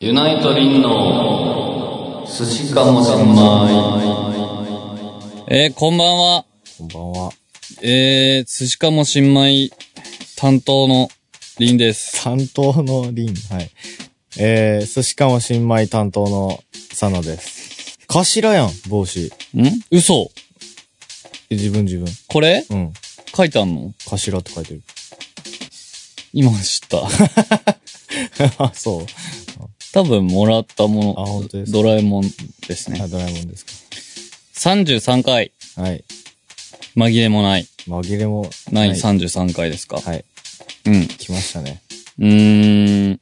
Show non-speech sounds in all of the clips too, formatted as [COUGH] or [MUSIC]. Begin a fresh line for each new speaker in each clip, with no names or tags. ユナイトリンの寿司かもしんまい。えー、こんばんは。
こんばんは。
えー、寿司かもしんまい担当のリンです。
担当のリン。はい。えー、寿司かも新米担当の佐野です。頭やん、帽子。
ん嘘
え自分自分。
これ
うん。
書いてあんの
頭って書いてる。 [LAUGHS]
今知った。 [LAUGHS]
あ、そう。
多分もらったも
あ本当で
の、
す
ドラえもんですね
あ、。ドラえもんです
33回、
か。はい。
紛れもない。
紛れも
ない
はい。
33回ですか。
はい。
うん。
来ましたね。
うーん。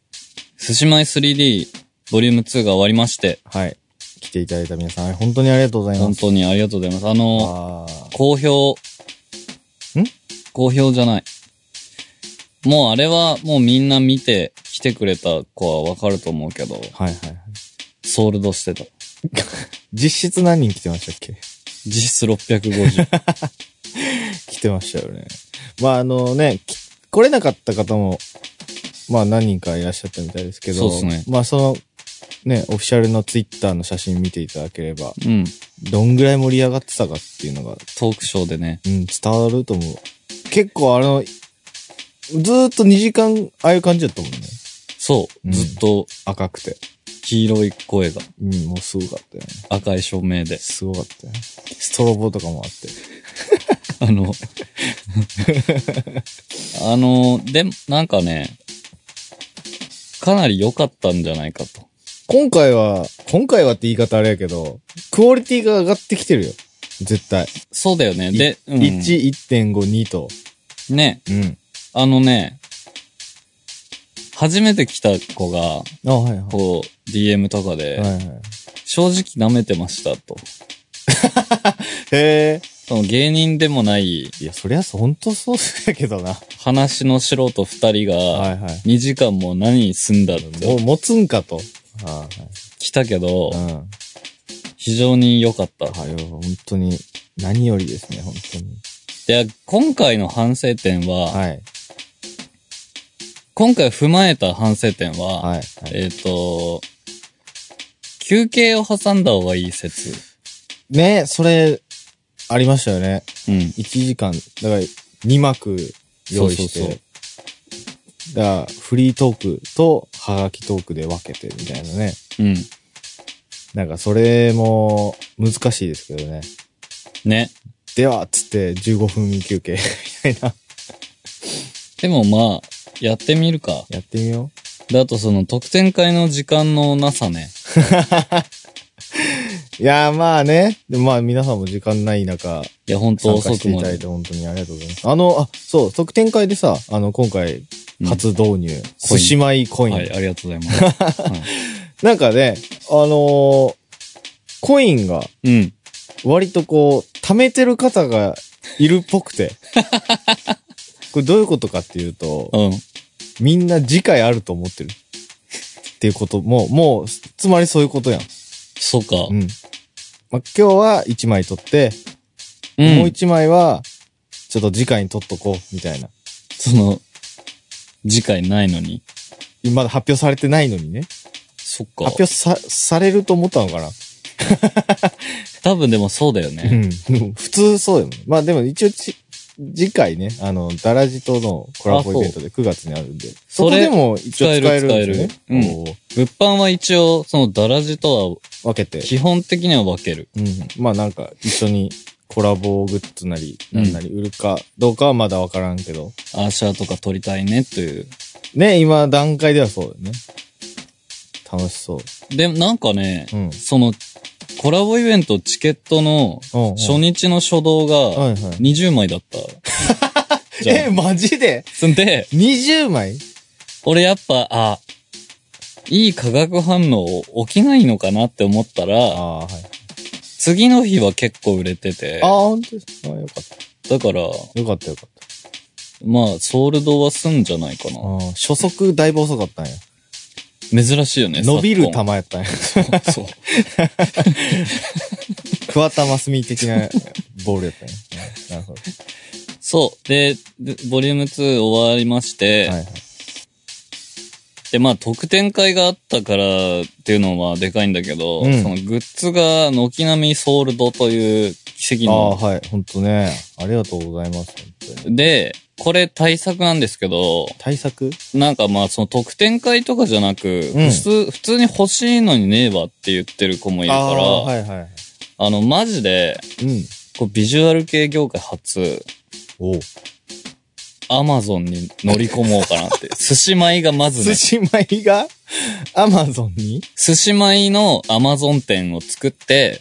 寿司米 3D ボリューム2が終わりまして、
はい。来ていただいた皆さん、本当にありがとうございま
本
す。
当にありがとうございます。あの
あ
好評。
ん
好評じゃない。もうあれはもうみんな見て来てくれた子はわかると思うけど、
ーはいはいはい。
ソールドしてた。
実質何人来てましたっけ
実質650。
[LAUGHS] 来てましたよね。まあ、あのね、き来れなかった方も、まあ何人かいらっしゃったみたいですけど、
そうっすね
まあその、ね、オフィシャルのツイッターの写真見ていただければ、
うん。
どんぐらい盛り上がってたかっていうのが、
トークショーでね。
うん、伝わると思う。結構あの、ずーっと2時間、ああいう感じだったもんね。
そう。
うん
ずっと
赤くて。
黄色い声が
うん、もうすごかったよね。
赤い照明で。
すごかったよね。ストロボとかもあって。
あの、 [LAUGHS] あの、で、なんかね、かなり良かったんじゃないかと。
今回は、今回はって言い方あれやけど、クオリティが上がってきてるよ。絶対。
そうだよね。で、うん
1、1.5、2と。
ね、
うん。
あのね、初めて来た子が、
あ、はいはい。は
こう、DM とかで、
いはい。
正直舐めてましたと。
へえ。
その芸人でもない
いや、そりゃそう、ほんとそうやけどな。
話の素人二人
は
が、
いはい。
2時間も何に住んだって
もう持つんかと。は
来たけど
い、はい。うん。
非常に良かった。
はいよ、本当に。何よりですね、本当に。
で、今回の反省点は、
はい。
今回踏まえた反省点は、
はい。はい
えっ、と、休憩を挟んだ方がいい説。
ねそれ、ありましたよね。
うん。
1時間、だから2幕用意して。
そうそう
だから、フリートークとハガキトークで分けてみたいなね。
うん。
なんか、それも難しいですけどね。
ね。
では、つって15分休憩 [LAUGHS] みたいな。
でもまあ、やってみるか。
やってみよ
で、あとその特典会の時間のなさね。
う。いやー、まあね。でもまあ、皆さんも時間ない中、
いや、ほんと
参加
遅
して
く
い
ま
ただい
で
て。本当にありがとうございます。あの、あ、そう、特典会でさ、あの、今回、初導
コイン
入、寿司米コイン。
はい、ありがとうござい
[LAUGHS]
ます。はい
なんかね、あのーコインが、
うん。
割とこう、貯めてる方がいるっぽく
[LAUGHS]
て。これどういうことかっていうと、
うん。
みんな次回あると思ってる。っていうことも、もう、つまりそういうことやん。
そうか。
うん。まあ、今日は1枚取って、
う。
もうん1枚は、ちょっと次回に取っとこう、みたいな。
その、次回ないのに。
まだ発表されてないのにね。
そっか。
発表さ、されると思ったのかな。
多分でもそうだよ
う
ね。
ん。 [LAUGHS] 普通そうよね。まあでも一応ち、次回ね、あの、ダラジとのコラボイベントで9月にあるんで、そこ
それ
でも一応使えるんです
使。
よね
える使える
こ
物販は一応、その、だらじと
う分けて
は、。基本的には分ける。
うん。まあなんか、一緒にコラボグッズなり、なんなり売るかどうかはまだわからんけど、
アーシャーとか撮りたいね、という。
ね、今段階ではそうだよね。楽しそう。
で、なんかね、
うん。
その、コラボイベントチケットの
うんうん
初日の初動
は
が
いはい。
20枚だ
[LAUGHS]
った。じゃ
え、マジで
あ。んで、
?20 枚
俺やっぱ、あ、いい化学反応起きないのかなって思った
あ
ら、
あ、はい。
次の日は結構売れてて
ああ、、本当ですか。あよかっ
だから、
た。よかったよかった。
まあ、ソールドは済んじゃないかな。
ああ、初速だいぶ遅かったんや。
珍しいよね。
伸びる
昨
玉やったんや。
今 [LAUGHS] そう。
[LAUGHS] 桑田真澄的なボールやったね。なる
[LAUGHS]
ほど。
そう。で、でボリューム2終わりまして、
はいはい。
で、まあ、特典会があったからっていうのはでかいんだけど、
うん
そのグッズが、軒並みソールドという奇跡
ああ
の。
ー、はい。ほんとね。ありがとうございます。本当に。
で、これ対策なんですけど、
対策
なんかまあ、その特典会とかじゃなく、
うん
普通、普通に欲しいのにねえわって言ってる子もいるから、あ,、
あーはいはい。
の、マジで、
うん。
こうビジュアル系業界初、
おう。
アマゾンに乗り込もうかな
[LAUGHS]
って。寿司米がまず
寿
ね、
司米が、 [LAUGHS] アマゾンに
寿司米のアマゾン店を作って、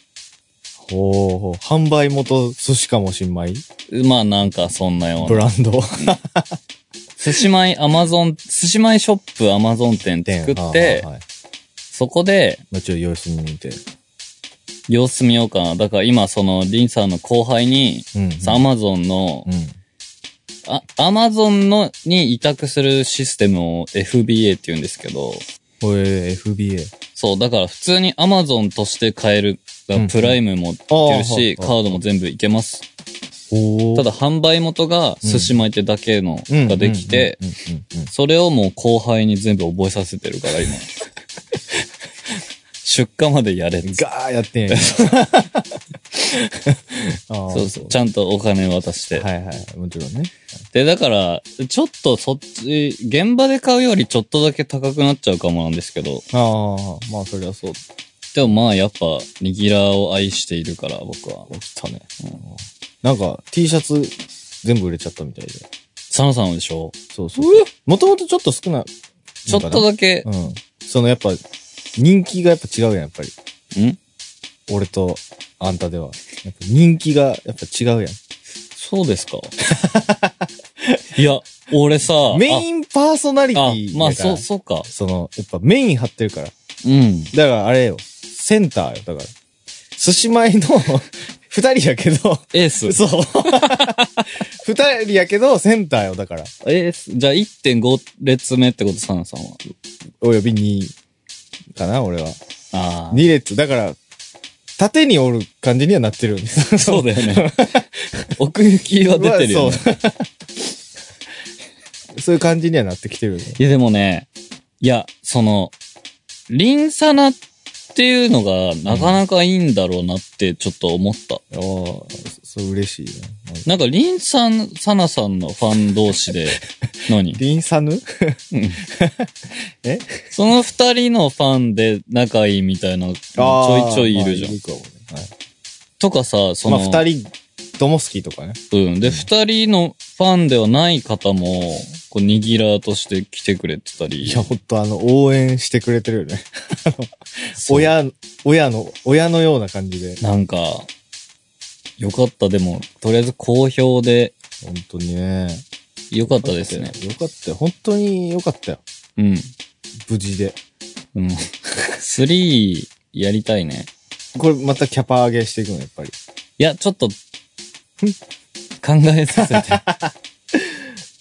ほうほう。販売元、寿司かもしんまい
まあなんかそんなよう
ブ
な。
ランド。
寿司米アマゾン、寿司米ショップアマゾン店作って、
はいはいはい
そこで
まあ、ちょっと様子見に見て。
様子見ようかな。だから今そのリンさんの後輩に、
うん。
アマゾンの
う、ん。
あ、アマゾンのに委託するシステムを FBA って言うんですけど、
これ、FBA。
そう、だから普通にアマゾンとして買える、だから
うん
プライムもいけるし、
あ
カ
ー
ードも全部いけます。
お
ただ、販売元が寿司巻いてだけの
うん。
ができて、
うん、うんうんうん
それをもう後輩に全部覚えさせてる
[LAUGHS]
から今。出荷までやれっつって
ガー
[LAUGHS]
やってんやああ
そうそう。ちゃんとお金渡して。
はいはい。もちろんね。
で、だから、ちょっとそっち、現場で買うよりちょっとだけ高くなっちゃうかもなんですけど、
ああ、まあそりゃそう。
でもまあやっぱ、にぎらを愛しているから、僕は。
起きたね。なんか T シャツ全部売れちゃったみたいで。
サナさんでしょ
そうそうそう。もともとちょっと少ない。
ちょっとだけ、
け。うん。そのやっぱ、人気がやっぱ違うやん、やっぱり。
ん
俺とあんたでは。やっぱ人気がやっぱ違うやん。
そうですかいや、俺さ、
メインパーソナリテ
あ、
ィ
あまあ
だから
そう、そうか。
その、やっぱメイン張ってるから。
うん。
だからあれよ、センターよ、だから。寿司米の [LAUGHS] 二人やけど、
エース。
そう。 [LAUGHS] 二人やけど、センターよ、だから。
エース。じゃあ1.5列目ってこと、サナさんは。
および2かな、俺は。
あ
2列。だから、縦におる感じにはなってるんです。 [LAUGHS]
あ。そうだよね。奥行きは出てるよね。
そう。 [LAUGHS] そういう感じにはなってきてるよね。
いや、でもね、いや、その、リンサナっていうのがなかなかいいんだろうなってちょっと思った。
ああ、そそう嬉しいね。
なんか、リンさん、サナさんのファン同士
[LAUGHS]
で、何
リンサヌ
その二人のファンで仲いいみたいな、ちょいちょいいるじゃん。
まあいるかもね。はい
とかさ、そ
ま
の、
あ、二人とも好きとかね。
うん。で、二人のファンではない方も、こう、にぎらーとして来てくれてたり。
いや、ほんとあの、応援してくれてるよね。
そう、
親、親の、親のような感じで。
なんか、よかった。でも、とりあえず好評で、
本当にね。
よかったですね。
よかったよ。本当によかったよ。
うん。
無事で。
うん。3やりたいね。
これまたキャパ上げしていくの、やっぱり。
いや、ちょっと、考えさせ
[LAUGHS]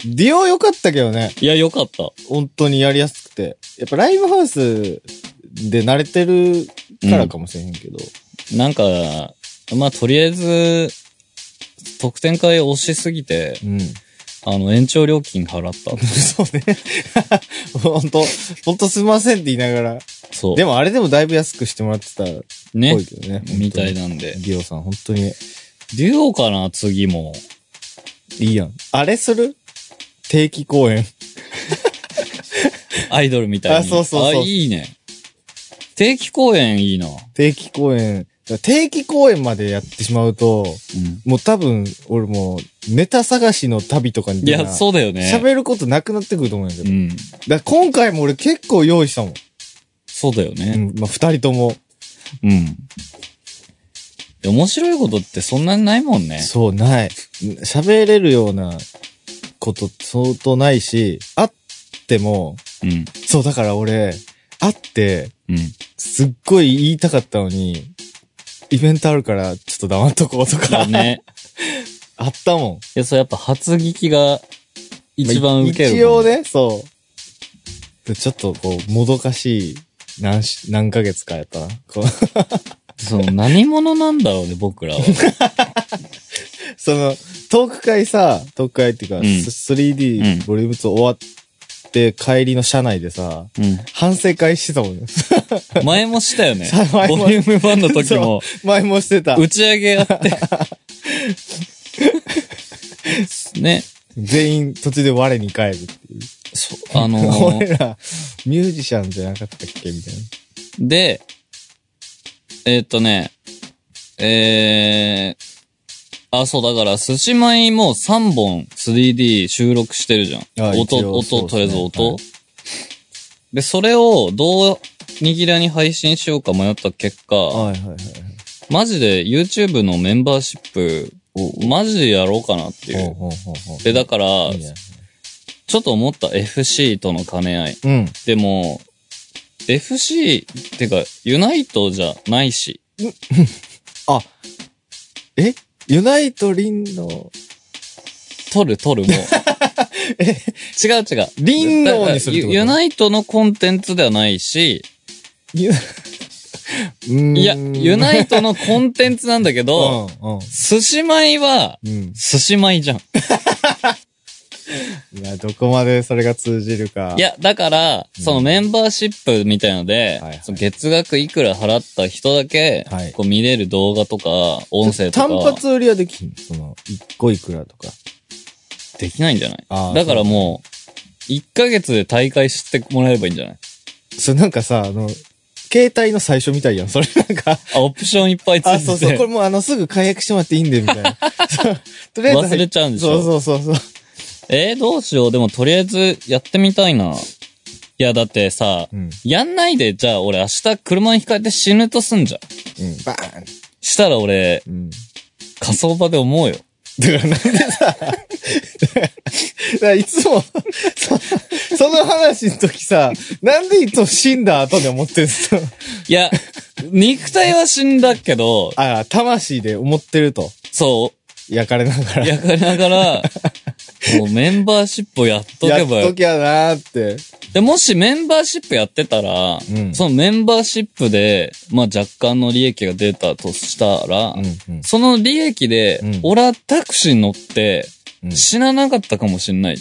て。
ディオ良かったけどね。
いや、よかった。
本当にやりやすくて。やっぱライブハウスで慣れてるからかもしれへんけど。
なんか、まあ、とりあえず、特典会押しすぎて、
うん。
あの、延長料金払った。
そうね。本当本当すいませんって言いながら。
そう。
でもあれでもだいぶ安くしてもらってたっぽ
ね
い。けどね。
みたい
な。
なんで
デ。ィオさん、本当に
デュオかな、次も。
いいやん。あれする定期公演。
アイドルみたいに。
あそうそうそう
あ、いいね。定期公演いいな。
定期公演。だから定期公演までやってしまうと、
うん。
もう多分、俺もう、ネタ探しの旅とかに
い
出な
や、そうだよね。
喋ることなくなってくると思うんやけ
う
ど。
ん。
だから今回も俺結構用意したもん。
そうだよね。
うん、まあ二人とも。
うん。で面白いことってそんなにないもんね。
そう、ない。喋れるようなこと相当ないし、会っても、
うん。
そう、だから俺、会って、
うん。
すっごい言いたかったのに、イベントあるから、ちょっと黙っとこうとか、
だね。
あったもん。
いや、そうやっぱ初聞きが一番受ける、
一応。ね、そう。でちょっとこう、もどかしい、何し、何ヶ月かやったな。こう [LAUGHS]
その何者なんだろうね、僕らは。
その、トーク会さ、トーク会っていうか、
ん
3D、
うん
ボリューム2終わっって帰りの車内でさ、
う
反省会してたもんね。 [LAUGHS]
ん。前もしたよね
前。も
ボリューム1の時も、
前もしてた。
打ち上げあ
[LAUGHS]
って。ね。
全員途中で我に返るっていう。
そあの
俺
ー、
ら、ミュージシャンじゃなかったっけみたいな。
で、えーっとね、えー、あ、そう、だから、寿司米も3本 3D 収録してるじゃ
あ
ん。
一
音、
応
音、
そうっすね
とりあえず音、
はい
で、それをどう、にぎらに配信しようか迷った結果、
はいはいはい。
マジで YouTube のメンバーシップをマジでやろうかなってい
ほう
う。
ほうほうほう。
で、だから、
いいね
ちょっと思った FC との兼ね合い。
うん。
でも、FC ってか、ユナイトじゃないし。
えユナイト・リンの、
取る取るも
[LAUGHS]
う。違う違う。
リンノーにするってこと
ユユナイトのコンテンツではないし、
ユ [LAUGHS] うーん
いや、ユナイトのコンテンツなんだけど、
うん、うん。
寿司米は、
うん。
寿司米じゃん。
いや、どこまでそれが通じるか。
い、や、だから、
うん
そのメンバーシップみたいので、
はいはい
その月額いくら払った人だけ、
はい
こう見れる動画とか、音声とか、
単発売りはできんその、一個いくらとか。
できないんじゃない
あー
だからもう、1ヶ月で大会してもらえばいいんじゃない
それなんかさ、あの、携帯の最初みたいやん。それなんか、
あ、オプションいっぱいついて
あ、そうそう、これもうあの、すぐ解約してもらっていいんで、みたい
[LAUGHS]
な。そうとりあえず、
忘れちゃうんでしょ
そうそうそうそう。
えーどうしよう。でもとりあえずやってみたいな。いや、だってさ、
うん。うん。
やんないで、じゃあ俺明日車にひかれて死ぬとすんじゃん。
バーン
したら俺、
うん。
火葬場で思うよ。
だからなんでさ、だからいつもそ、その話の時さ、なんでいつも死んだ後で思ってるの
い
[LAUGHS]
や、肉体は死んだけど、
あ、魂で思ってると。
そ
焼かれながら。
う、やかりながら、
[LAUGHS]
もうメンバーシップをやっと
や
け
っ
ば
と
よ。
きゃなーって。
で、もしメンバーシップやってたら、
うん
そのメンバーシップで、まあ若干の利益が出たとしたら、
うん
その利益で、
うん
俺はタクシーに乗って、
うん
死ななかったかもしんない。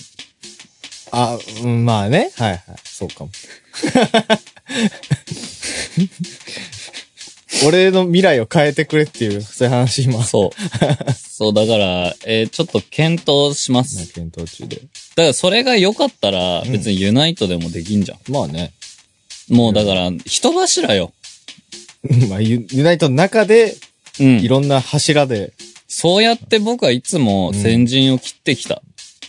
あ、うん、まあね。はいはい。そうかも。 [LAUGHS] 俺の未来を変えてくれっていう、そういう話今。
[LAUGHS] そう。そう、だから、えーちょっと検討します。
検討中で。
だからそれが良かったら、
うん
別にユナイトでもできんじゃん。
まあね。 [LAUGHS]
もうだから、人柱よ。
まあ、ユユナイトの中で、
うん
い。ろんな柱で、
そうやって僕はいつも先陣を切ってきた。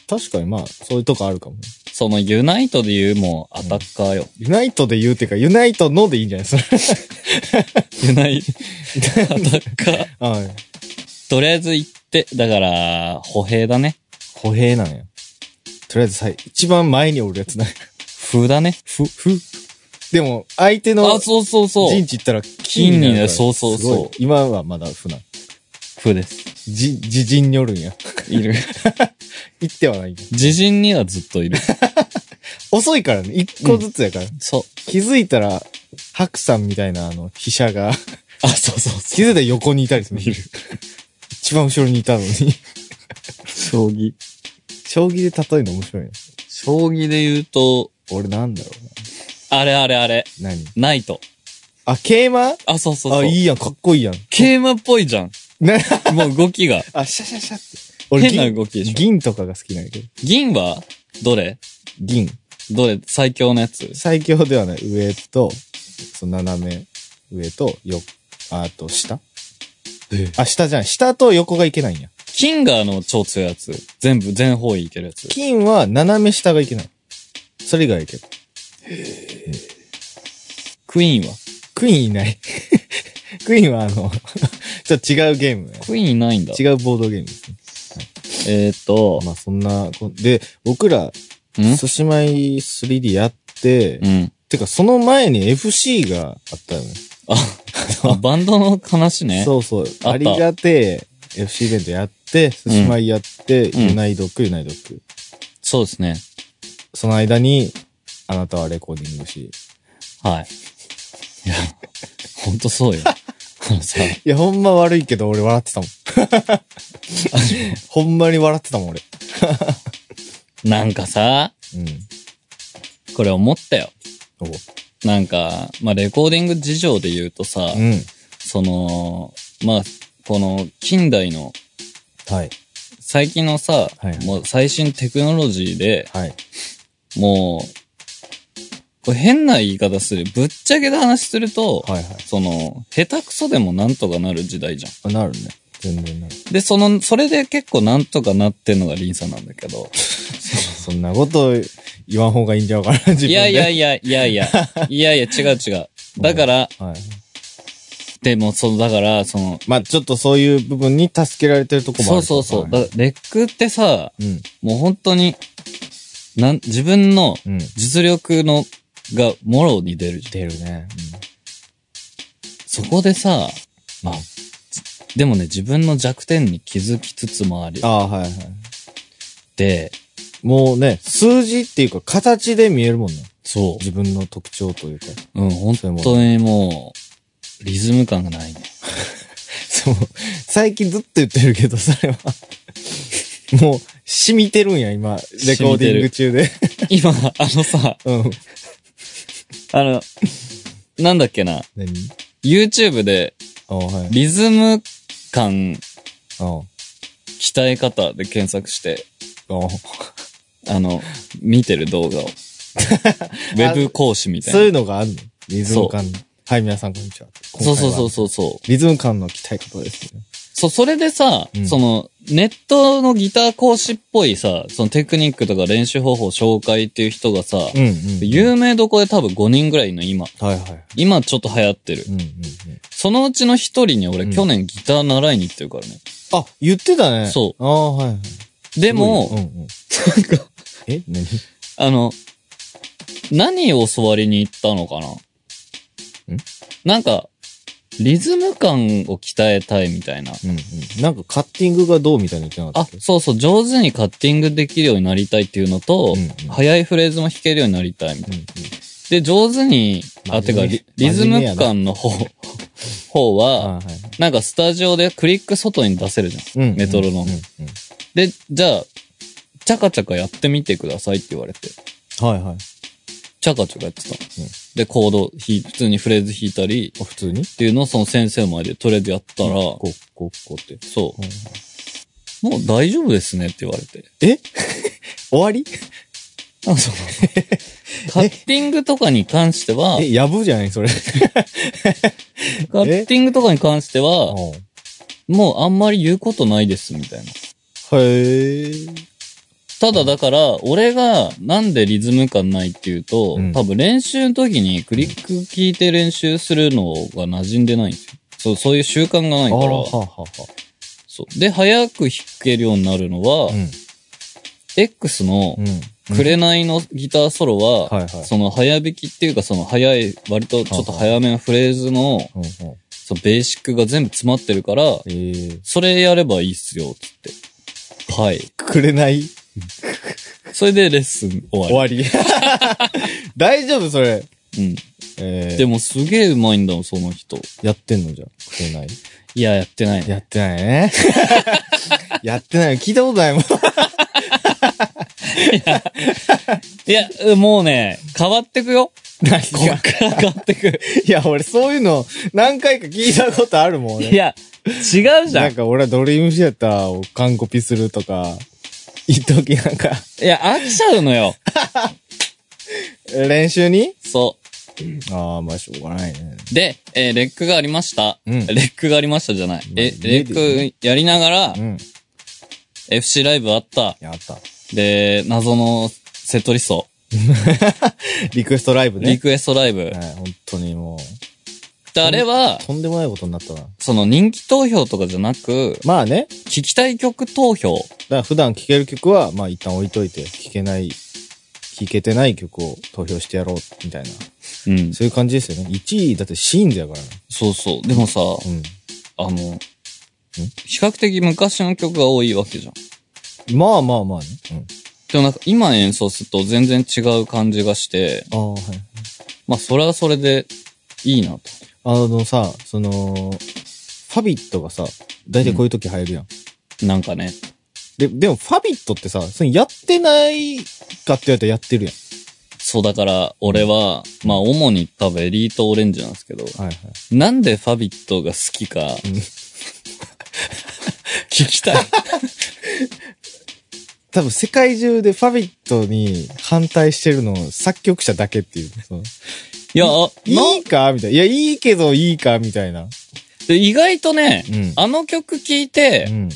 確かにまあ、そういうとこあるかもね。
そのユナイトで言うもうアタッカーよ。
ユナイトで言うっていうか、ユナイトのでいいんじゃないそれ。 [LAUGHS]
ユナイアタッカ [LAUGHS] ー。
うん。
とりあえず行って、だから、歩兵だね。
歩兵なんや。とりあえずさ、一番前におるやつない。
風だね。
ふ、ふ。でも、相手の
あ、そうそうそう
陣。地行ったら金にな
金
るから、
になるそうそうそう
すごい今はまだ不難。
風です。
じ、自陣におるんや。
い [LAUGHS] る。
行ってはないんや。
自陣にはずっといる。
遅いからね。一個ずつやから。
そう。
気づいたら、白さんみたいなあの、飛車が、 [LAUGHS]
あ、そうそう
気づいたら横にいたりする。一番後ろにいたのに。
将棋。
将棋で例えるの面白いな。
将棋で言うと、
俺なんだろう
あれあれあれ、
な。何
ナイト。
あ、桂馬
あ、そうそうそう。
あ、いいやん。かっこいいやん。
桂馬っぽいじゃん。
な、
もう動きが。
あ、シャシャシャって。俺
変な
銀、
動きでしょ。
銀とかが好きなんやけど。
銀はどれ
銀。
どれ最強のやつ
最強ではない。上と、その斜め上と、よ、あと下あ、下じゃない。下と横がいけないんや。
金があの超強いやつ。全部、全方位いけるやつ。
金は斜め下がいけない。それ以外はいける。
クイーンは
クイーンいない。 [LAUGHS] クイーンはあの、 [LAUGHS] ちょっと違うゲームね。
クイーンいないんだ。
違うボードゲームですね。
えーっと、
まあそんなこ、で、僕ら、
ん
寿司米 3D やって、
うん。
てかその前に FC があったよね。
あ、バンドの話ね。
そうそう。
た
ありがてえ、FC イベントやって、寿司米やって、
うん
ユナイドック、ユナイドック。
そうですね。
その間に、あなたはレコーディングし。
はい。いや、ほんとそうよ。あのさ、
いや、ほんま悪いけど、俺笑ってた [LAUGHS] もん。ほんまに笑ってたもん、俺。
なんかさ、
うん。
これ思ったよ。
おう
なんか、まあ、レコーディング事情で言うとさ、
うん。
その、まあ、この近代の
はい。
最近のさ、
はい
もう最新テクノロジーで、
はい。
もう、これ変な言い方する。ぶっちゃけた話すると、
はいはい
その、下手くそでもなんとかなる時代じゃん。
あ。なるね。全然なる。 [LAUGHS]
で、その、それで結構なんとかなってんのがリンさんなんだけど。
そんなこと言わん方がいいんじゃうかな、自分で。
いやいや
い
いや、いやい
[LAUGHS]
や、いやいや、違う違う。だから、
や。はい。
でも、その、だから、その、
まあ、ちょっとそういう部分に助けられてるとこもあ
そう
る
そうそう。だ
はい
からレックってさ、
うん。
もう本当に、なん、自分の
うん。
実力の、が、もろに出るじゃん。
出るね。
そこでさ、
うん。あ
でもね、自分の弱点に気づきつつもあり、
あー、はいはい。
で、
もうね、数字っていうか形で見えるもんね。
そ
自分の特徴というか。
う。うん、本当にもう、リズム感がないね。
そう。最近ずっと言ってるけど、それは。もう、染みてるんや、今。レコーディング中で。
[LAUGHS] 今、あのさ、
うん。
あの、なんだっけな、
何
YouTube で、
ああ、はい。
リズム感
あ
鍛え方で検索して、
あ。ああ。
あの、見てる動画を。ウェブ講師みたい
そう
な。
いうのがあるのリズム感の。はい、皆さんこんにちは。
そうそうそう
う。
そうそう。
リズム感の鍛え方ですね。
そう、それでさ、
うん
その、ネットのギター講師っぽいさ、そのテクニックとか練習方法紹介っていう人がさ、
んう
有名どこで多分5人ぐらいの今、
はいはい。
今ちょっと流行ってる
う。んうんうん。
そのうちの1人に俺、
うん
去年ギター習いに行ってるからね。
あ、言ってたね。。
そう
ああ、はいはい。
でも、
すごいねうんうん、
なんか、
え何
あの、何を教わりに行ったのかなんなんか、リズム感を鍛えたいみたいな。
うんうん。なんかカッティングがどうみたいに言ってなか
あ
ったっけ、
そうそう、上手にカッティングできるようになりたいっていうのと、
うんうん
早いフレーズも弾けるようになりたいみたいな。
うんうん。
で、上手に、あ、て
真面
か
目
リ、リズム感の方、方は、
あはい。
なんかスタジオでクリック外に出せるじゃん。
うん
メトロノーム
うんうん。
で、じゃあ、チャカチャカやってみてくださいって言われて、
はいはい。
チャカチャカやってたの。
うん
で、コード弾い、普通にフレーズ弾いたり、
あ普通に
っていうのをその先生の前でとりあえずやったら、
こう、こう、こうって。
そ
う
う、
ん
もう大丈夫ですねって言われて。
え [LAUGHS] 終わり
なんかその [LAUGHS] カッティングとかに関しては、
え、やぶじゃないそれ。
カッティングとかに関しては、
う
もうあんまり言うことないですみたいな。
ん [LAUGHS] へえ。
ただだから、俺がなんでリズム感ないっていうと、
うん
多分練習の時にクリック聞いて練習するのが馴染んでないんですよ。そう、そういう習慣がない
ああ、
か
は
ら。
あはあは
そう。で、早く弾けるようになるのは、
あ。うん。
X の
うん。
紅のギターソロは、
はいはい。
その早弾きっていうかその早い、割とちょっと早めのフレーズの、
うんうん。
そのベーシックが全部詰まってるから、
ええ。
それやればいいっすよ、つって。はい。
くれない
それでレッスン終わり。
終わり。 [LAUGHS] 大丈夫それ。
うん。
ええ。
でもすげえうまいんだもん、その人。
やってんのじゃあ。くれない
いや、やってないね。
やってないね。 [LAUGHS] やってない。聞いたことないもん。 [LAUGHS]
いや、もうね、変わってくよ。
何
こっから変わってく。
いや、俺そういうの何回か聞いたことあるもん、
い
ね。
や、違うじゃ
なん
ん。い
か俺はドリームシアターを完コピするとか、一時なんか、
や、飽きちゃうのよ。
練習に
そ
ああ、まあしょうがないね。
う。で、えーレックがありました。
う
レ
ん
ックがありましたじゃない。
まあ
え、レ
家で
ックやりながら
う、ん。
FC ライブあった。
やった。
で、謎のセットリスト。
リクエストライブ
リ
ね。
クエストライブ
はい、。本当にもう、
で、あれは、
とんでもないことになったな。
その人気投票とかじゃなく、
まあね、
聞きたい曲投票。
だから普段聴ける曲は、まあ一旦置いといて、聴けない、聴けてない曲を投票してやろう、みたいな。
うん。
そういう感じですよね。1位、だってシーンズやからね。
そうそう。でもさ、
うん。
あの、比較的昔の曲が多いわけじゃん。
まあまあまあね。うん。
でもなんか今演奏すると全然違う感じがして、
ああ、はい。
まあそれはそれでいいなと。
あのさ、その、ファビットがさ、大体こういう時入るやん。
なんかね。
で、でもファビットってさ、それやってないかって言われたらやってるやん。
そうだから、俺は、まあ主に多分エリートオレンジなんですけど、
はいはい。
なんでファビットが好きか、
ん
聞きたい。
多分世界中でファビットに反対してるの作曲者だけっていう。その
いや、あない
いかみたいな。いや、いいけどいいかみたいな。
で意外とね、
うん
あの曲聴いうて、
ん。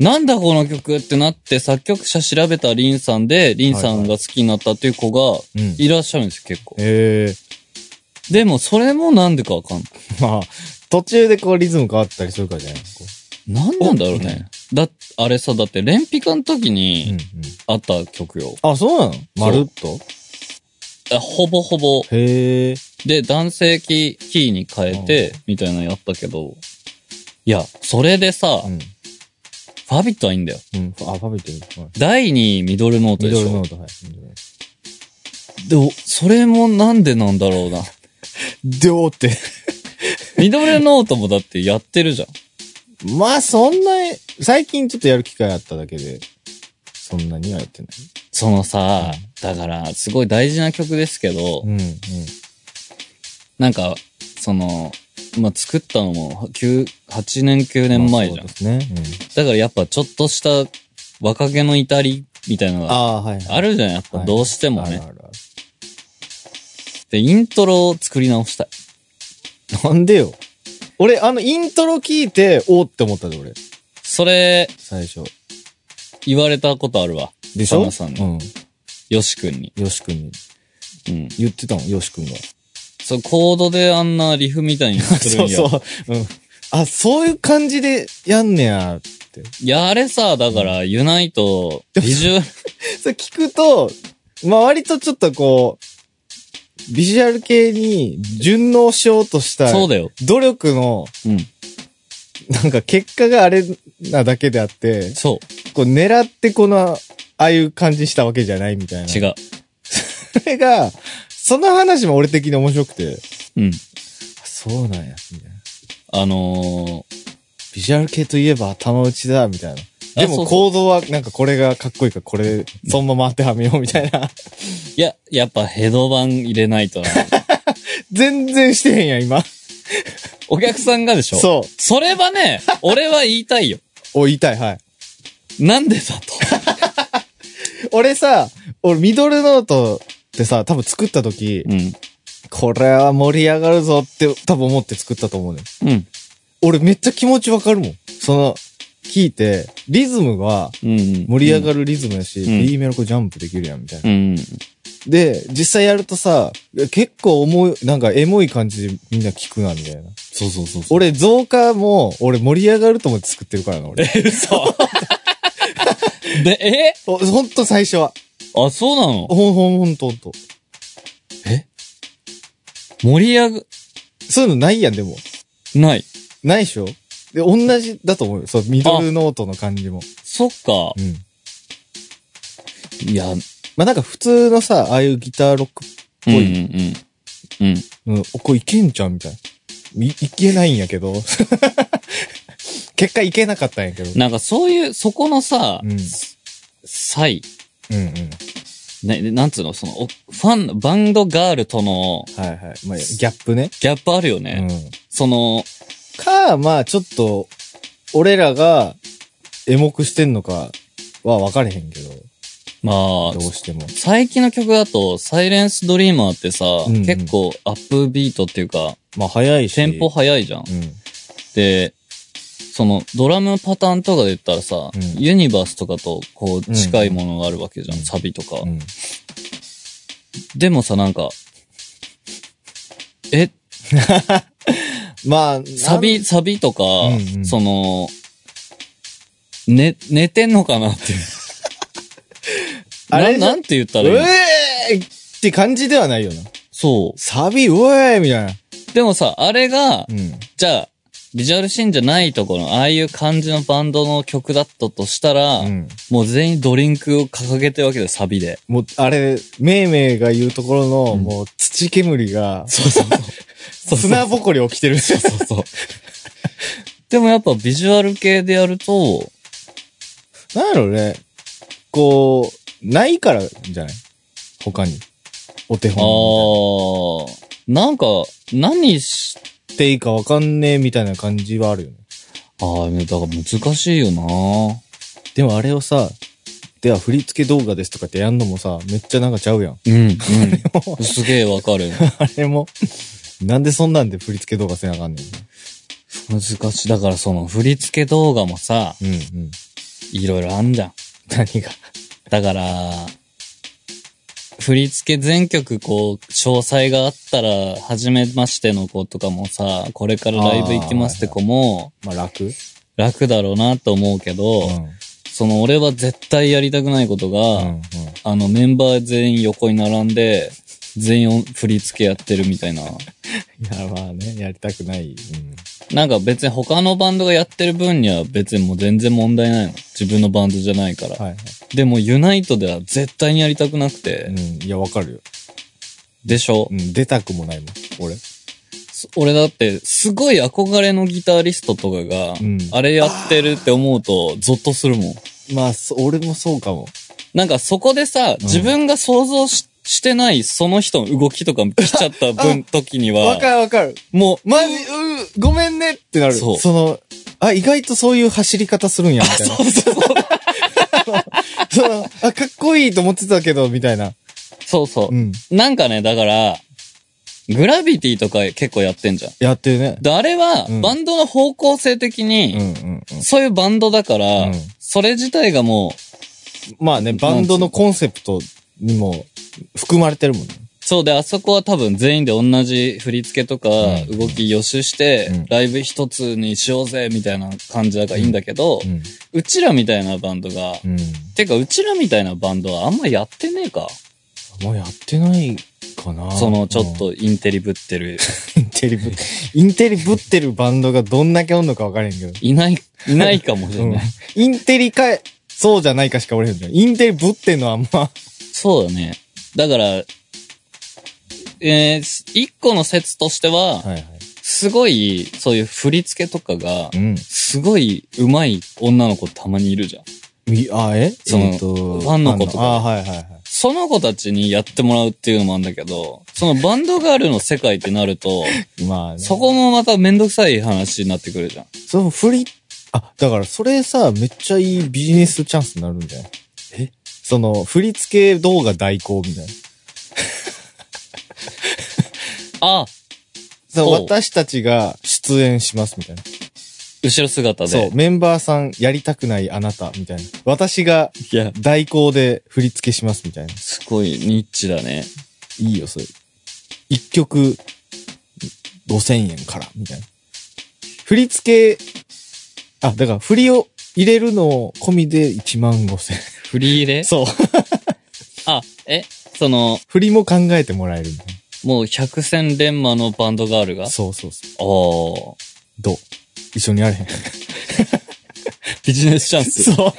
なんだこの曲ってなって作曲者調べたリンさんで、リンさんが好きになったっていう子が
うん。
いらっしゃるんですよ、結構。
ええ
でも、それもなんでかわかんない。
まあ、途中でこうリズム変わったりするからじゃないです
なんなんだろうね。だ、あれさ、だって、レンピカの時
か。うんう
に
ん。
あった曲よ。
あ、そうなのまるっと
あほぼほぼ。
へえ。
で、男性キーキーに変えて、みたいなのやったけど。いや、それでさ、
うん。
ファビットはいいんだよ。
うん。あ、ファビット。はい
第2位ミドルノート
ミ
で
ド
し
ルノ
ょ。
ート、はい。
でお、それもなんでなんだろうな。
でおって。 [LAUGHS]
ミドルノートもだってやってるじゃん。
まあ、そんな、最近ちょっとやる機会あっただけで、そんなにはやってない。
そのさ
う、
だから、すごい大事な曲ですけど、
ん、うん。
なんか、その、まあ、作ったのも、9、8年、9年前じゃん
まあ。そうですね。
だからやっぱちょっとした若気の至りみたいなの
うん、
が
ああー、はい。
あるじゃん、やっぱ
はい
どうしてもね。
あるあるあ
で、イントロを作り直したい。
るなんでよ。俺、あの、イントロ聞いて、おーって思ったで、俺。
それ、
最初。
言われたことあるわ。
でしょ
サナさん
う
に、
ん。
ヨシ君に。
よしくんに。
うん。
言ってたもん、よしくんが。
そう、コードであんなリフみたいにする
[LAUGHS] そ
ん
う
や。
そう。うん。あ、そういう感じでやんねやって。
いや、あれさ、だから、ユナイト、ビジュアル、
それ聞くと、まあ割とちょっとこう、ビジュアル系に順応しようとした
そうだよ。
努力の、
うん。
なんか結果があれなだけであって、
そ
こう狙ってこの、ああいう感じにしたわけじゃないみたいな。
う、違う。
それが、その話も俺的に面白くて、
うん。
そうなんや、みたいな。
あの
ビジュアル系といえば頭打ちだ、みたいな。
あ
で
そうそう
も行動はなんかこれがかっこいいからこれ、そのまま当てはめようみたいな。
ー、いや、やっぱヘドバン入れない [LAUGHS] とな。
全然してへんやん、今。
お客さんがでしょう。
そう。
それはね、俺は言いたいよ。
お、言いたい、はい。
なんでだと。
俺さ、俺ミドルノートってさ、多分作った時、
うん。
これは盛り上がるぞって多分思って作ったと思うね。
うん。
俺めっちゃ気持ちわかるもん。その、聞いて、リズムは
うん。
盛り上がるリズムやし、
うん
B メロこうジャンプできるやん、みたいな。
うん。
で、実際やるとさ、結構重い、なんかエモい感じでみんな聞くな、みたいな。
そうそうそうそう。
俺、増加も、俺盛り上がると思って作ってるからな、俺。
え、嘘 [LAUGHS] で、え
おほんと最初は。
あ、そうなの
ほんほんほんとほんと。
盛り上が、
そういうのないやん、でも。
ない。
ないでしょで、同じだと思うよ。そう、ミドルノートの感じも。
そっか
う。ん。
いや、うん
まあ、なんか普通のさ、ああいうギターロック
うん
ぽ
う
い、
ん。うん。
うん、おこれいけんちゃうみたいな。い、いけないんやけ
[LAUGHS]
ど。結果いけなかったんやけど。
なんかそういう、そこのさ
うん、
差異。
うんうん。
ね、なんつうの、その、おファン、バンドガールとの
はいはい。まあ、ギャップね。
ギャップあるよね。
う
その、
ん。か、まあ、ちょっと、俺らが、エモくしてんのかは分かれへんけど、
まあ
どう、しても。
最近の曲だと、サイレンスドリーマーってさ、
んうん
結構アップビートっていうか、
まあ、早いし。
テンポ早いじゃん。
うん。
で、そのドラムパターンとかで言ったらさ、
うん
ユニバースとかとこう近いものがあるわけじゃん、
うん
サビとか、
うん。
でもさ、なんか、え、
まあ、
サビ、サビとか、
んうん
その、ね、寝てんのかなっていう。
あれ
ななんて言ったらいいの、
うえーって感じではないよな。
そ
サビ、うえーみたいな。
う。でもさ、あれが、
うん。
じゃあ、ビジュアルシーンじゃないところの、ああいう感じのバンドの曲だったとしたら、
うん。
もう全員ドリンクを掲げてるわけだよ、サビで。
もう、あれ、めいめいが言うところの、
うん
もう、土煙が、
そうそうそう。
砂ぼこり起き
[LAUGHS]
てる。
そうそうそう。でもやっぱビジュアル系でやると、
なんやろうね。こう、ないから、じゃない他に。お手
あ
本。
ー。なんか、何し、
っていいかわかんねえみたいな感じはあるよね。
あー、だから難しいよな
でもあれをさ、では振り付け動画ですとかってやんのもさ、めっちゃなんかちゃうやん。 [LAUGHS]
うん、うん。 [LAUGHS] すげえわかる。
あれも。なんでそんなんで振り付け動画せなあかんねん
難しい。だからその振り付け動画もさ、
ね。うんうん。
いろいろあんじゃん。
何が。
だから、振り付け全曲こう、詳細があったら、初めましての子とかもさ、これからライブ行きますって子も、
まあ楽うん。
楽だろうなと思うけど、その俺は絶対やりたくないこと
う
が、
んうん。
あのメンバー全員横に並んで、全員振り付けやってるみたいな。
いや、まあね、やりたくない。うん。
なんか別に他のバンドがやってる分には別にもう全然問題ないの。自分のバンドじゃないから。
はいはい。
でもユナイトでは絶対にやりたくなくて。
うん。いや、わかるよ。
でしょ、
うん、出たくもないもん。俺。
そ俺だってすごい憧れのギタリストとかが、
うん
あれやってるって思うとゾッとするもん。
まあ、そ俺もそうかも。
なんかそこでさ、自分が想像ししてないその人の動きとか来ちゃ
[LAUGHS]
った分、時には、
るわかる。
もう、
マジ、うごめんねってなる。
そう
その、あ、意外とそういう走り方するんや、みたいな。
そうそう
[LAUGHS] その、あ、かっこいいと思ってたけど、みたいな。
そうそう
う。ん。
なんかね、だから、グラビティとか結構やってんじゃん。
やってるね。
で、あれは
うん、
バンドの方向性的
うんう
に、
んうん。
そういうバンドだから、
うん
それ自体がもう、
まあね、バンドのコンセプトにも含まれてるもんね。
そうで、あそこは多分全員で同じ振り付けとか
うん
動き予習して、
うん
ライブ一つにしようぜみたいな感じだからいいんだけど、う
うん。
ちらみたいなバンドが、
うん。
てかうちらみたいなバンドはあんまやってねえか。
もうやってないかな。
そのちょっ
うん。
とインテリぶってる。
インテリぶ、インテリぶってるバンドがどんだけおんのかわからへんけど。
いない、いないかもしれ
うん
ない。。
インテリか、そうじゃないかしかおれへんじゃん。インテリぶってんのはあんま。
[LAUGHS] そうだね。だから、えーす一個の説としては、
いはい。
すごい、そういう振り付けとかが
う、ん。
すごい上手い女の子たまにいるじゃん。
みあ、え
その
えっと
ファンの子とか
ファンのあ、はいはいはい。
その子たちにやってもらうっていうのもあるんだけど、そのバンドガールの世界ってなる [LAUGHS] と、
まあね。
そこもまためんどくさい話になってくるじゃん。
その振り、あ、だからそれさ、めっちゃいいビジネスチャンスになるんじゃない
え
その、振り付け動画代行みたいな。
あ、
そう
おう
私たちが出演しますみたいな。
後ろ姿で。
そう、メンバーさんやりたくないあなたみたいな。私が
いや、
代行で振り付けしますみたいな。
すごいニッチだね。
いいよ、それ。一曲、5000円から、みたいな。振り付け、あ、だから振りを入れるのを込みで1万5000
振り入れ
円。そう。
あ、え、その、
振りも考えてもらえるみたい
もう百戦錬磨のバンドガールが
な。。そうそうそう。
おー。
どう一緒にやれへん。
ビジネスチャン [LAUGHS] ス。
そう。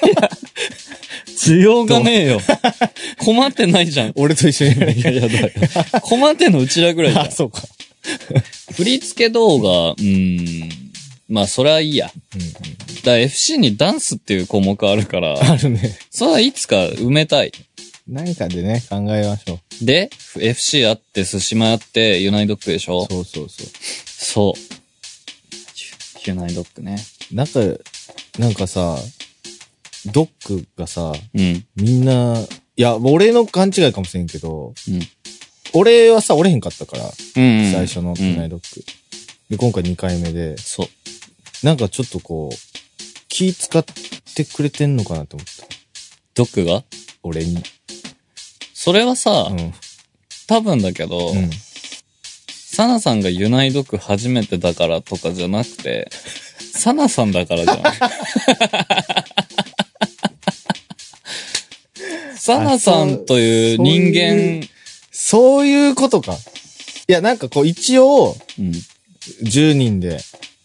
需要がねえよ。 [LAUGHS] 困ってないじゃん。い
俺と一緒にやれへん。
やいや、だから [LAUGHS] 困ってんのうちらぐらいじゃん [LAUGHS]
[LAUGHS] あ、。そうか。
振り付け動画、うーん。まあ、それはいいや。
うん、
だから FC にダンスっていう項目あるから、
あるね。
それはいつか埋めたい。
何かでね、考えましょう。
で、FC あって、寿司マあって、ユナイドックでしょ
そうそうそう。
そう。ユユナイドックね。
なんか、なんかさ、ドックがさ、
うん。
みんな、いや、俺の勘違いかもしれんけど、
うん
俺はさ、折れへんかったから、
うん、うん。
最初のトゥナイ
ド。
ロック。で、今回2回目で、
そう。
なんかちょっとこう、気使ってくれてんのかなって思った。
ドックが
俺に。
それはさ、
うん。
多分だけど、
うん。
サナさんがユナイドック初めてだからとかじゃなくて、サナさんだからじゃん。サナさんという人間、
そういうことか。いや、なんかこう、一応、
うん。
10人で、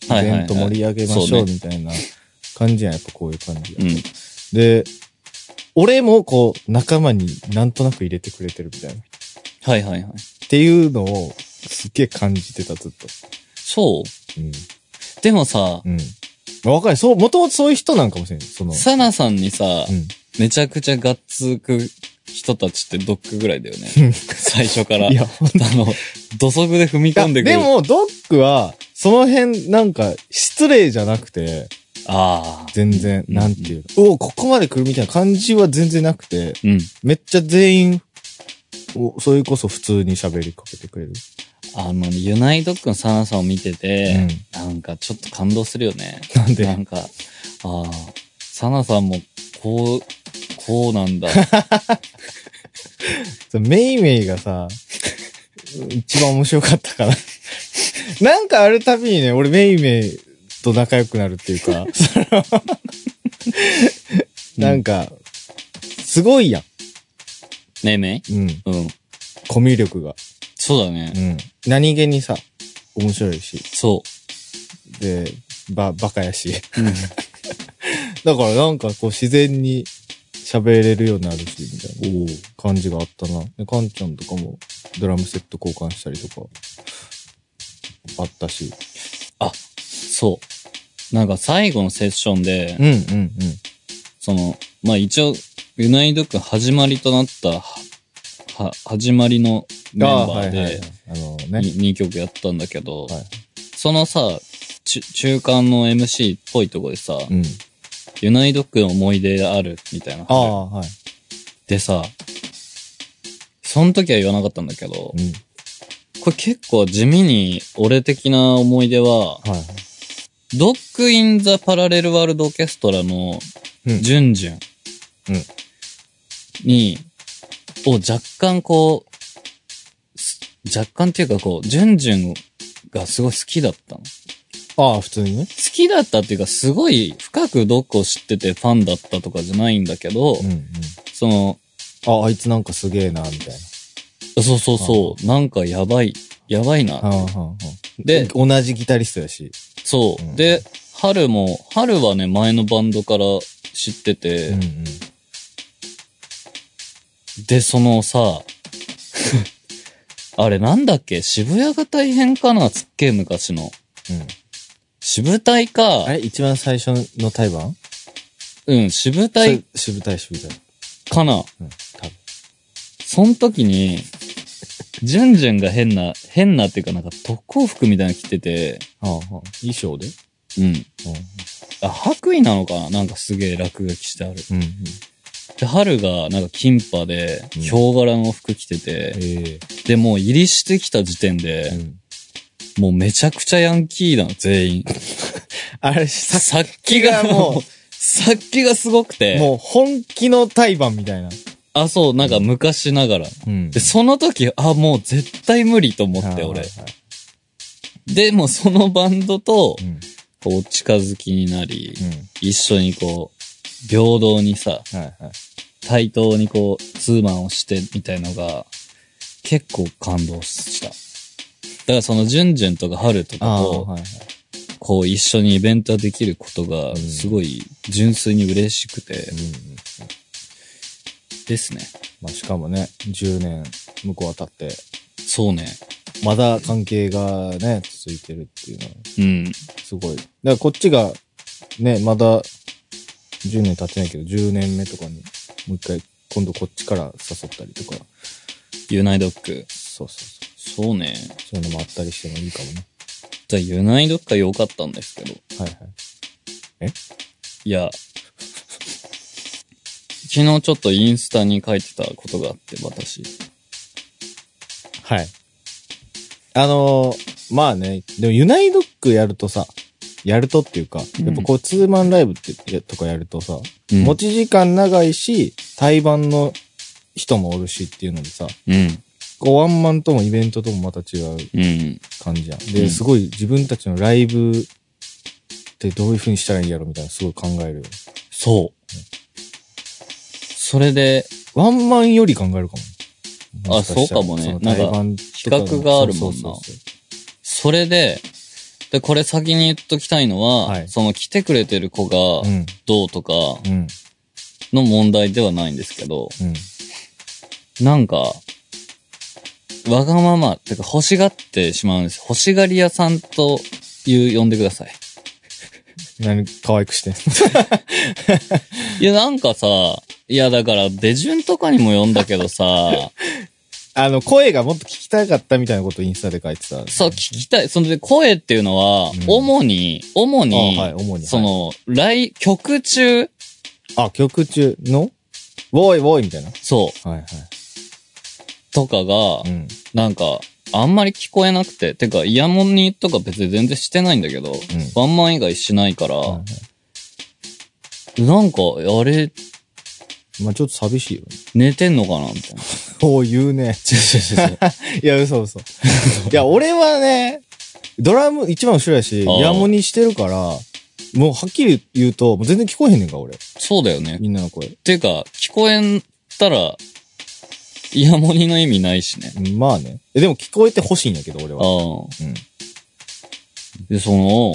イ
はいはいはい
ベント盛り上げまし
そ
ょ
う
う
ね
みたいな感じやん。やっぱこういう感じ。
うん。
で、俺もこう、仲間になんとなく入れてくれてるみたいな。
はいはいはい。
っていうのをすっげえ感じてた、ずっと。
そう。
うん。
でもさ、
うん。わかる。そう、もともとそういう人なんかもしれん。その、
サナさんにさ、
うん。
めちゃくちゃがっつく人たちってどっかぐらいだよね。 [LAUGHS]
うん
最初から。
[LAUGHS] い
あ
や、ほんと
の、土足で踏み込んでくる。
で、も、ドックは、その辺、なんか、失礼じゃなくて、
ああ。
全然、
うん
なんていうの、おお、ここまで来るみたいな感じは全然なくて、
うん。
めっちゃ全員、おそれこそ普通に喋りかけてくれる。
あの、ユナイドックのサナさんを見てて、なんかちょっと感動するよね。
うん。なん
な
で、
んか、ああ、サナさんも、こう、こうなん
[LAUGHS]
だ。
そのメイメイがさ、一番面白かったかな。 [LAUGHS] なんかあるたびにね、俺メイメイと仲良くなる [LAUGHS] っていうか、そのなんか、すごいや
ねえめい
ん。うん。
うん。
コミュ力が。
そうだね。
うん。何気にさ、面白いし。
そ
で、ば、バカやし。
う。うん
だからなんかこう自然に喋れるようになるし、みたいな。
お
感じがあったな。で、カンちゃんとかもドラムセット交換したりとか、あったし。
そう。なんか最後のセッションで
う、んうん
その、まあ一応、ユナイドック始まりとなった、は、は始まりの
うん。
メンバ
は
ー
いはいはい
で、。
あのね。
2曲やったんだけど、
はい
そのさ、ちゅ中間の MC っぽいとこでさ、
うん。
ユナイドックの思い出あるみたいな。
ああ、はい。
でさ、その時は言わなかったんだけど、
うん。
これ結構地味に俺的な思い出は、
はいは
ドック・イン・ザ・パラレル・ワールド・オーケストラの
うん
ジュンジュン
うん
に、を若干こう、す若干っていうかこう、ジュンジュンがすごい好きだったの。好
い。ああ、普通にね。
きだったっていうかすごい深くドックを知っててファンだったとかじゃないんだけど、
うんうん。
その、
あ、あいつなんかすげえな、みたい
そうそうそう、なんかやばい、やばいな。
な。はあはあはあ
で、
同じギタリストやし。
そう。
うん
で、春も、春はね、前のバンドから知ってて、
うん
で、そのさ、 [LAUGHS] あれなんだっけ渋谷が大変かなすっげえ昔の。
うん。
渋滞か
あ。れ一番最初の対バン
うん、渋滞
しぶたいしぶたい。
かな。
うん、多分。
そん時に、ジュンジュンが変な、変なっていうかなんか特攻服みたいなの着てて、
ああ、はあ衣装で
うん。
う
あ、白衣なのかななんかすげえ落書きしてある。
ん。うん。
で、春がなんか金歯で、
うん
ヒョウ柄の服着てて、
え
で、もう入りしてきた時点
え。う
で、
ん
もうめちゃくちゃヤンキーだの、全員。
あれ、さ
さっきがも
も
う、さっきがすごくて。
もう本気の対バンみたいな。
あ、そう、なんか昔ながら。
うん
で、その時、あ、もう絶対無理と思って、
はいはい
俺
はい。
で、もうそのバンドと
う、ん。
こう、近づきになり、
う
一緒にこう、平等にさ、
ん。はいはい。
対等にこう、ツーマンをして、みたいのが、結構感動した。だからその、ジュンジュンとかハルと
あ
か
あ、
と、
はいはい。
こう、一緒にイベントできることが、
ん
すごい、純粋に嬉しくて
う、んうん。
ですね。
まあ、しかもね、10年向こうは経って、
そうね。
まだ関係がね、続いてるっていうのは、
うん。
すごい。だからこっちが、ね、まだ10年経ってないけど、10年目とかに、もう一回、今度こっちから誘ったりとか、
ユナイドック。
そうそうそう。
そうね。
そういうのもあったりしてもいいかもね。
じゃあユナイドックは良かったんですけど。
はいはい。
いや。昨日ちょっとインスタに書いてたことがあって、私。
はい。あのーまあね、でもユナイドックやるとさ、やるとっていうか、
うん
やっぱこうツーマンライブってや、とかやるとさ、
うん
持ち時間長いし、対バンの人もおるしっていうのでさ、
うん。
こうワンマンともイベントともまた違う
うん。
感じやん。
う
で、
ん
すごい自分たちのライブってどういう風にしたらいいんやろみたいなすごい考えるよ。
そう。それで、
ワンマンより考えるかも。
あそうかもね
なんか対バンとかの
比較があるもんな
そうそうそう
それで、で、これ先に言っときたいのは、
はい
その来てくれてる子
う
が
ん、
どうとか
うん、
の問題ではないんですけど、
うん。
なんか、わがまま、てか欲しがってしまうんです。欲しがり屋さんという、呼んでください。
何、可愛くしてんの [LAUGHS]
いや、なんかさ、いや、だから、出順とかにも読んだけど
[LAUGHS]
さ、
あの、声がもっと聞きたかったみたいなことをインスタで書いてた。
そう、聞きたい。そので、声っていうのは
うん、
主に、主
あ
に、
はい、主に。
そ
はい、
の、来、曲中、
あ、曲中のウォーイウォーイみたいな。
そ
はいは
う、とかが
い。う、ん。
なんか、あんまり聞こえなくて、てか、イヤモニとか別に全然してないんだけど、ワンマン以外しないから、
うん。はいは
なんか、あれ、
いまあちょっと寂しいよね。
寝てんのかなみたいな。
おう言うね。 [LAUGHS] いや、
[LAUGHS]
嘘嘘。いや、俺はね、ドラム一番後ろやし、
あー
ヤモニしてるから、もうはっきり言うと、もう全然聞こえへんねんから、俺。
そうだよね。
みんなの声。
ていうか、聞こえんたら、イヤモニの意味ないしね。
うんまあね。えでも聞こえてほしいんやけど、俺
あ
は。
あ。
うん。
で、その、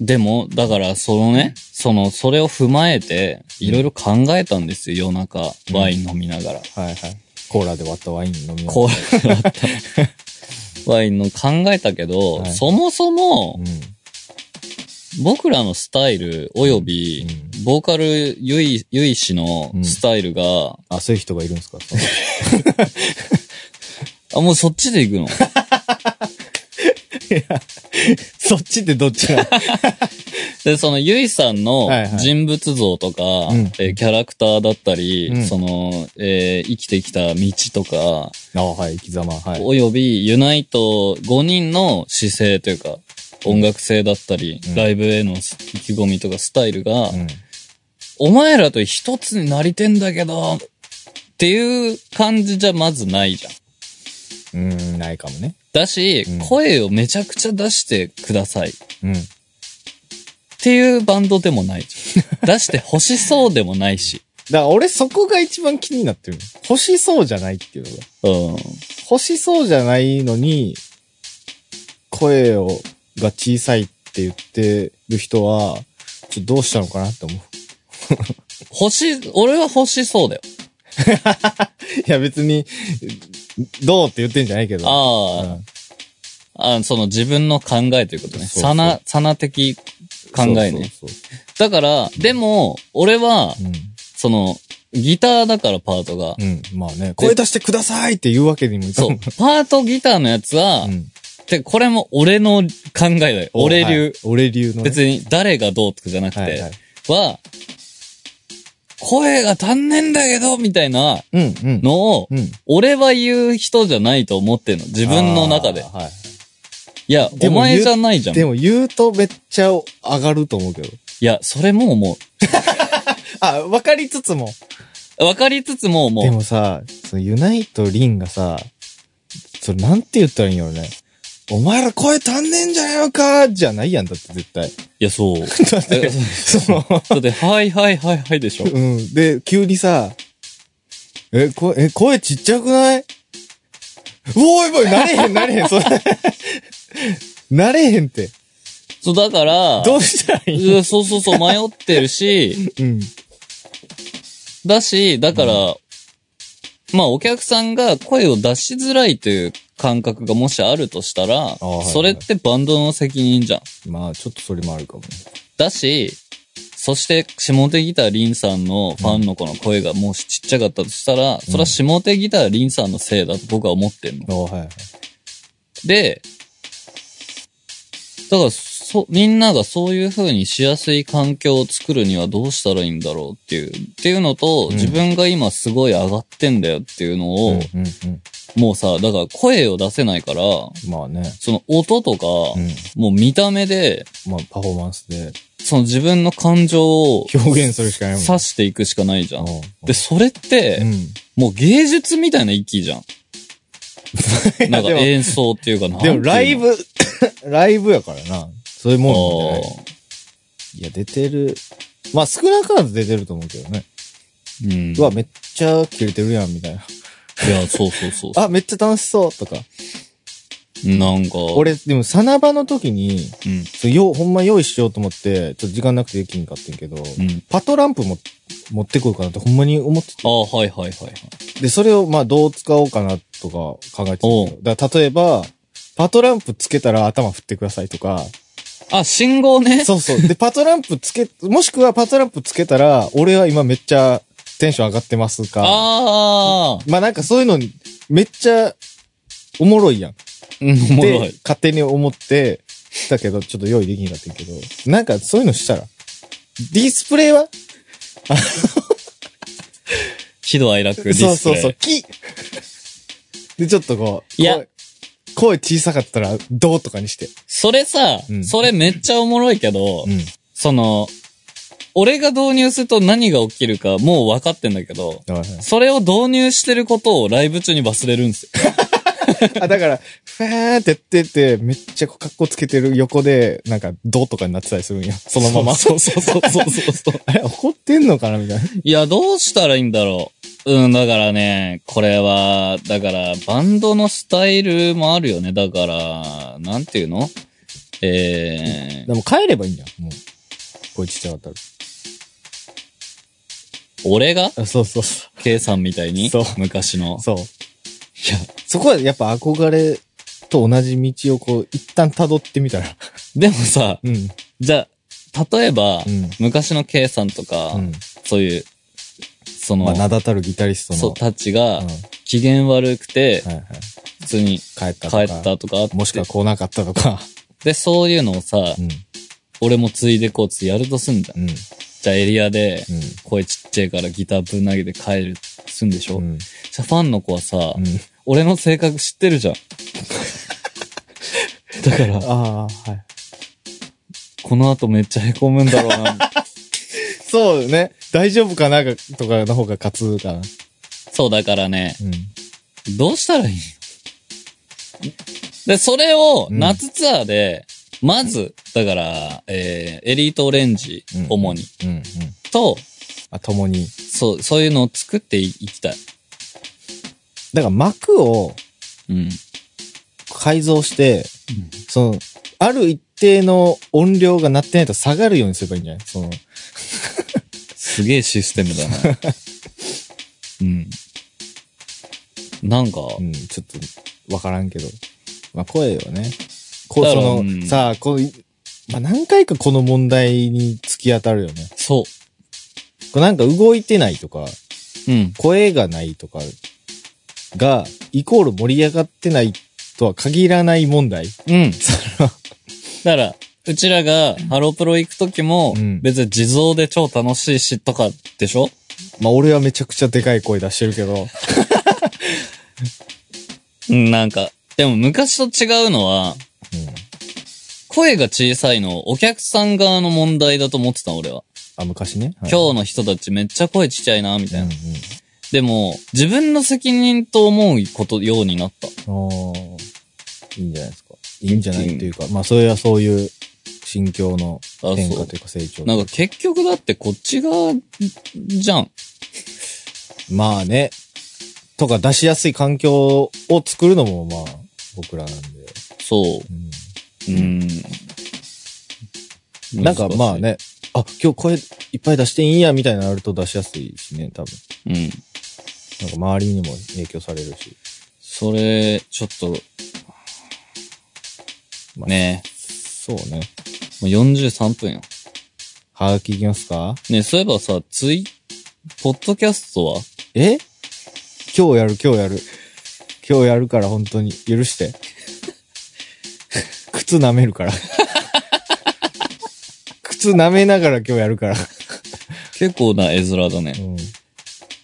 でも、だから、そのね、その、それを踏まえて、いろいろ考えたんですよ、夜中、ワイン飲みながら。
はいはい。コーラで割ったワイン飲みながら
こうや
[LAUGHS]
った。ワインの考えたけど、
はい
そもそも
う、ん。
僕らのスタイル、および、ボーカル、ゆい、ゆい氏のスタイルが、
あ、そういう人がいるんですかその
あ、もうそっちで行くの
[LAUGHS] そっちってどっちな
で、その、ゆいさんの
はいはい
人物像とか、
ん
えーキャラクターだったり、
うん
その、えー生きてきた道とか、
の [LAUGHS] あ、はい、生き様。はい。
およびユナイト5人の姿勢というか、音楽性だったり、
うん
ライブへの意気込みとかスタイルが、
うん。
お前らと一つになりてんだけど、っていう感じじゃまずないじゃん。
うん、ないかもね。
だし、
うん
声をめちゃくちゃ出してください。っ
うん。
ていうバンドでもないじゃん。出して欲しそうでもないし。
だから俺そこが一番気になってるの。欲しそうじゃないっていうのが。
うん。
欲しそうじゃないのに、声を、が小さいって言ってる人は、ちょっとどうしたのかなって思う。 [LAUGHS]
欲し、俺は欲しそうだよ。
いや別に、どうって言ってんじゃないけど。
ああ、
うん
あその自分の考えということね。
そうそう
さな、さな的考えね。
そうそうそ
だから、でも、俺は、
う
その、ギターだからパートが。
うん。うん。まあね、声出してくださいって言うわけにもいかん [LAUGHS]
そう。パートギターのやつは、
うん。
で、これも俺の考えだよ。俺流。
はい俺流のね。
別に誰がどうとかじゃなくて、は
はいはい。
声が足んねんだけど、みたいな
うん、うん。
のを、
うん。
俺は言う人じゃないと思ってんの。自分の中で
あ。ーはい
や、
で
お
も
前
言う
じゃないじゃ
い。
ん。い
でも言うとめっちゃ上がると思うけど。
や、それも思
あ、わかりつつも。
う。わかりつつも思
で
う。
もさ、そのユナイト・リンがさ、それなんて言ったらいいんやろね。お前ら声足んねんじゃねえのかじゃないやんだって絶対。
いや、
[LAUGHS]
そう。
だって、その、
だって、はいはいはいはいでしょ。
うん。で、急にさ、え、こえ声ちっちゃくないおいおい、なれへん、なれへん、それ。 [LAUGHS] なれへんって。
そう、だから、
どうしたらいい
いやそうそうそう、迷ってるし、
うん。
だし、だから、まあお客さんが声を出しづらいという感覚がもしあるとしたら、
はいはい
それってバンドの責任じゃん。
まあ、ちょっとそれもあるかもね。
だし、そして下手ギターリンさんのファンの子の声がもしちっちゃかったとしたら、それは下手ギターリンさんのせいだと僕は思ってんの。
あはいはい。
で、だから、そ、みんながそういう風にしやすい環境を作るにはどうしたらいいんだろうっていう、っていうのと、
うん
自分が今すごい上がってんだよっていうのを、
うん、うん、
もうさ、だから声を出せないから、
うん。まあね。
その音とか、
うん。
もう見た目で、
まあ、パフォーマンスで
その自分の感情を
表現するしかないもんね。
刺していくしかないじゃん。
うん
で、それって、
う
もう芸術みたいな域
[LAUGHS]
じゃん。
ん。
なんか
でも
演奏っていうかな。
でもライ
ブ
ブ、 [LAUGHS] ライブやからな。そういうもんなんじゃない
も、
いや、出てる。まあ少なからず出てると思うけどね。
うん。
うわ、めっちゃ切れてるやん、みたいな。
いや、そうそうそう。
あ、めっちゃ楽しそう、とか。
なんか、、
俺、でも、サナバの時に、
うん、
そうよ、ほんま用意しようと思って、ちょっと時間なくてできんかってんけど、
うん。
パトランプも持ってこようかなってほんまに思って
ああ、はいはいはいはい。
で、それをまあどう使おうかなとか考えてたんですよ
お [LAUGHS]
だから例えば、パトランプつけたら頭振ってくださいとか、
あ、信号ね。
そうそう。で、パトランプつけ、もしくはパトランプつけたら、俺は今めっちゃテンション上がってますか。
ああ。
まあなんかそういうのめっちゃおもろいやん。
うん、おもろ
で
い。、
勝手に思って、だけど、ちょっと用意できなかったんやけど、なんかそういうのしたら、ディスプレイは
喜怒哀楽ディスプ
そ
レ
う
イ。
そうそう、キで、ちょっとこう、
いや
声、声小さかったら、どうとかにして。
それさ、
うん
それめっちゃおもろいけど、
うん。
その、俺が導入すると何が起きるかもう分かってんだけど、
だか
それを導入してることをライブ中に忘れるんですよ。
ら、あだからふわーってやってて、めっちゃこう格好つけてる横で、なんか、どうとかになってたりするんや。そのまま。
そうそうそうそうそうそう。
あれ、怒ってんのかなみたいな。
いや、どうしたらいいんだろう。うん、だからね、これは、だから、バンドのスタイルもあるよね。だから、なんていうのえー、
でも帰ればいいんじゃん。もう。声ちっちゃかったら。
俺が
あそうそうそ
?K さんみたいに
そう
昔の
う。。そう。
いや、
そこはやっぱ憧れと同じ道をこう、一旦辿ってみたら。
でもさ、
うん。
じゃあ、例えば、
うん。
昔の K さんとか、
うん。
そういう、その、
まあ、名だたるギタリストの。
そう、たち
う
が
ん。、は
機嫌悪くて、
いはい。
普通に
帰ったと
帰
か。
ったとかあって
もしくは来なかったとか。
で、そういうのをさ、
うん。
俺もついでこうつやるとすんじゃん。
うん。
じゃあエリアで、
うん。
声ちっちゃいからギターぶん投げて帰る、すんでしょ、
うん。
じゃあファンの子はさ、
うん。
俺の性格知ってるじ
[LAUGHS]
ゃん。だから、
ああ、はい。
この後めっちゃ凹むんだろう
[LAUGHS]
な。
そうね。大丈夫かなとかの方が勝つかな。
そう、だからね、
うん。
どうしたらいいので、それを
うん
夏ツアーで、まず、だから、えー、エリートオレンジ、
うん
主に、
うん。うん。
と、
あ、共に。
そう、そういうのを作っていいきたい。
だから幕を
うん。
改造して、その、ある一定の音量が鳴ってないと下がるようにすればいいんじゃないその、
すげえシステムだな。
[LAUGHS]
うん。なんか、
うん、ちょっと、わからんけど。まあ、声はね。こう、
だ
そ
から
の、
うん
さあ、こうい、まあ、何回かこの問題に突き当たるよね。
そ
こうなんか動いてないとか、
う。うん。
声がないとかが、イコール盛り上がってないとは限らない問題。
うん。だから、うちらがハロプロ行くときも
うん、
別に地蔵で超楽しいしとかでしょ
まあ、俺はめちゃくちゃでかい声出してるけど。
うん、なんか、でも昔と違うのは、
うん。
声が小さいのをお客さん側の問題だと思ってた俺は。
あ、昔ね。はい
今日の人たちめっちゃ声ちっちゃいな、みたいな。
う
でも、自分の責任と思うことようになった。
んうん。ああ、いいんじゃないですか。いいんじゃないっていうか、まあ、それはそういう心境の
あ、
変
そ
化
う
と。いうか成長。
なんか結局だってこっち側じゃん。
まあね。とか出しやすい環境を作るのもまあ、僕らなんで。
そうう。うん。
んなんかまあね、あ、今日声いっぱい出していいんや、みたいになると出しやすいしね、多分。
難しい。うん。
なんか周りにも影響されるし。
それ、ちょっと、
まあ
ね
そうね。
もう43分よ。
はがきいきますか
ねそういえばさ、ツイ、ポッドキャストは
え今日やる、今日やる。今日やるから本当に許して。 [LAUGHS] 靴舐めるから。 [LAUGHS] 靴舐めながら今日やるから。
結構な絵面だ
う
ね。
ん、
で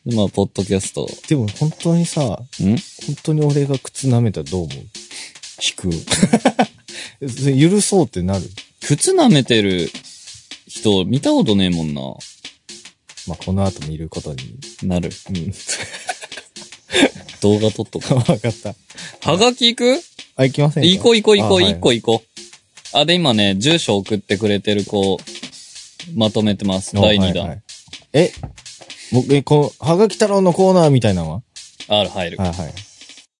まあ、ポッドキャスト。
でも本当にさ、
ん
本当に俺が靴舐めたらどう思う引く。 [LAUGHS] それ許そうってなる。
靴舐めてる人見たことねえもんな。
まあ、この後見ることに。
なる。
うん。
動画撮っとく。
[LAUGHS] わかった。
[LAUGHS] はがき行く
あ、いきませんか
行こう行こう行こう、
あはい
一個行こう。あ、で、今ね、住所送ってくれてる子、まとめてます。
お
第2弾。
はいはいえ僕、え、この、はがき太郎のコーナーみたいなのは
ある、入る。
はいはい。